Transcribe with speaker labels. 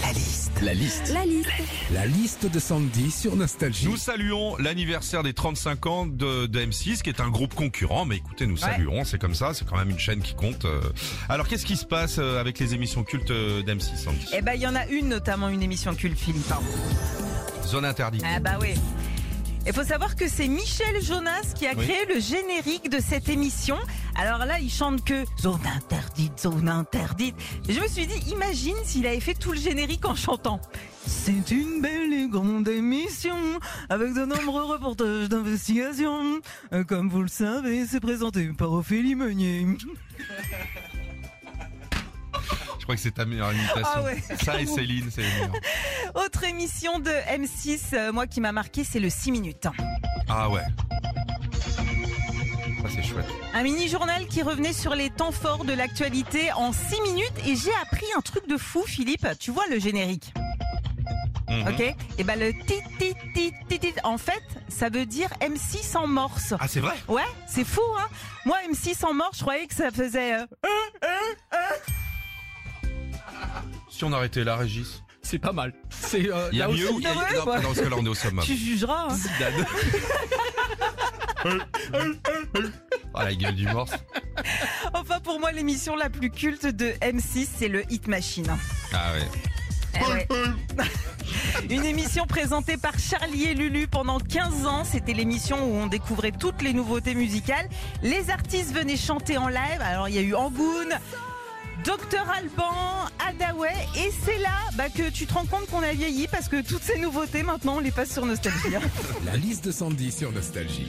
Speaker 1: La liste.
Speaker 2: La liste.
Speaker 3: La liste.
Speaker 1: La liste de Sandy sur Nostalgie.
Speaker 2: Nous saluons l'anniversaire des 35 ans de, de M6, qui est un groupe concurrent. Mais écoutez, nous saluons, c'est comme ça, c'est quand même une chaîne qui compte. euh. Alors, qu'est-ce qui se passe euh, avec les émissions cultes euh, d'M6, Sandy
Speaker 4: Eh ben, il y en a une, notamment une émission culte, Philippe. pardon.
Speaker 2: Zone interdite.
Speaker 4: Ah bah oui. Il faut savoir que c'est Michel Jonas qui a
Speaker 2: Oui.
Speaker 4: créé le générique de cette émission. Alors là, il chante que zone interdite, zone interdite. Je me suis dit, imagine s'il avait fait tout le générique en chantant. C'est une belle et grande émission avec de nombreux reportages d'investigation. Euh, Comme vous le savez, c'est présenté par Ophélie Meunier.
Speaker 2: Je crois que c'est ta meilleure imitation.
Speaker 4: Ah ouais.
Speaker 2: Ça et Céline, c'est les meilleurs.
Speaker 4: Autre émission de M6, euh, moi qui m'a marqué, c'est le 6 minutes.
Speaker 2: Ah ouais. Ça, c'est chouette.
Speaker 4: Un mini-journal qui revenait sur les temps forts de l'actualité en 6 minutes et j'ai appris un truc de fou, Philippe. Tu vois le générique,
Speaker 2: Mhm.
Speaker 4: ok Et ben le ti ti ti ti ti, en fait, ça veut dire M6 en morse.
Speaker 2: Ah, c'est vrai
Speaker 4: Ouais, c'est fou, hein Moi, M6 en morse, je croyais que ça faisait... euh,
Speaker 2: Si on arrêtait là, Régis.
Speaker 1: C'est pas mal. C'est euh,
Speaker 2: Il y a
Speaker 1: là
Speaker 2: mieux
Speaker 1: aussi-
Speaker 2: ou il y a...
Speaker 4: Ouais,
Speaker 2: non,
Speaker 4: ouais.
Speaker 2: non, parce que là, on est au summum.
Speaker 4: tu jugeras, hein
Speaker 2: Ah, la gueule du morse.
Speaker 4: Enfin, pour moi, l'émission la plus culte de M6, c'est le Hit Machine.
Speaker 2: Ah ouais.
Speaker 4: Eh ouais. Une émission présentée par Charlie et Lulu pendant 15 ans. C'était l'émission où on découvrait toutes les nouveautés musicales. Les artistes venaient chanter en live. Alors il y a eu Angoun, Docteur Alban, Adaway. Et c'est là bah, que tu te rends compte qu'on a vieilli parce que toutes ces nouveautés maintenant on les passe sur Nostalgie.
Speaker 1: La liste de Sandy sur Nostalgie.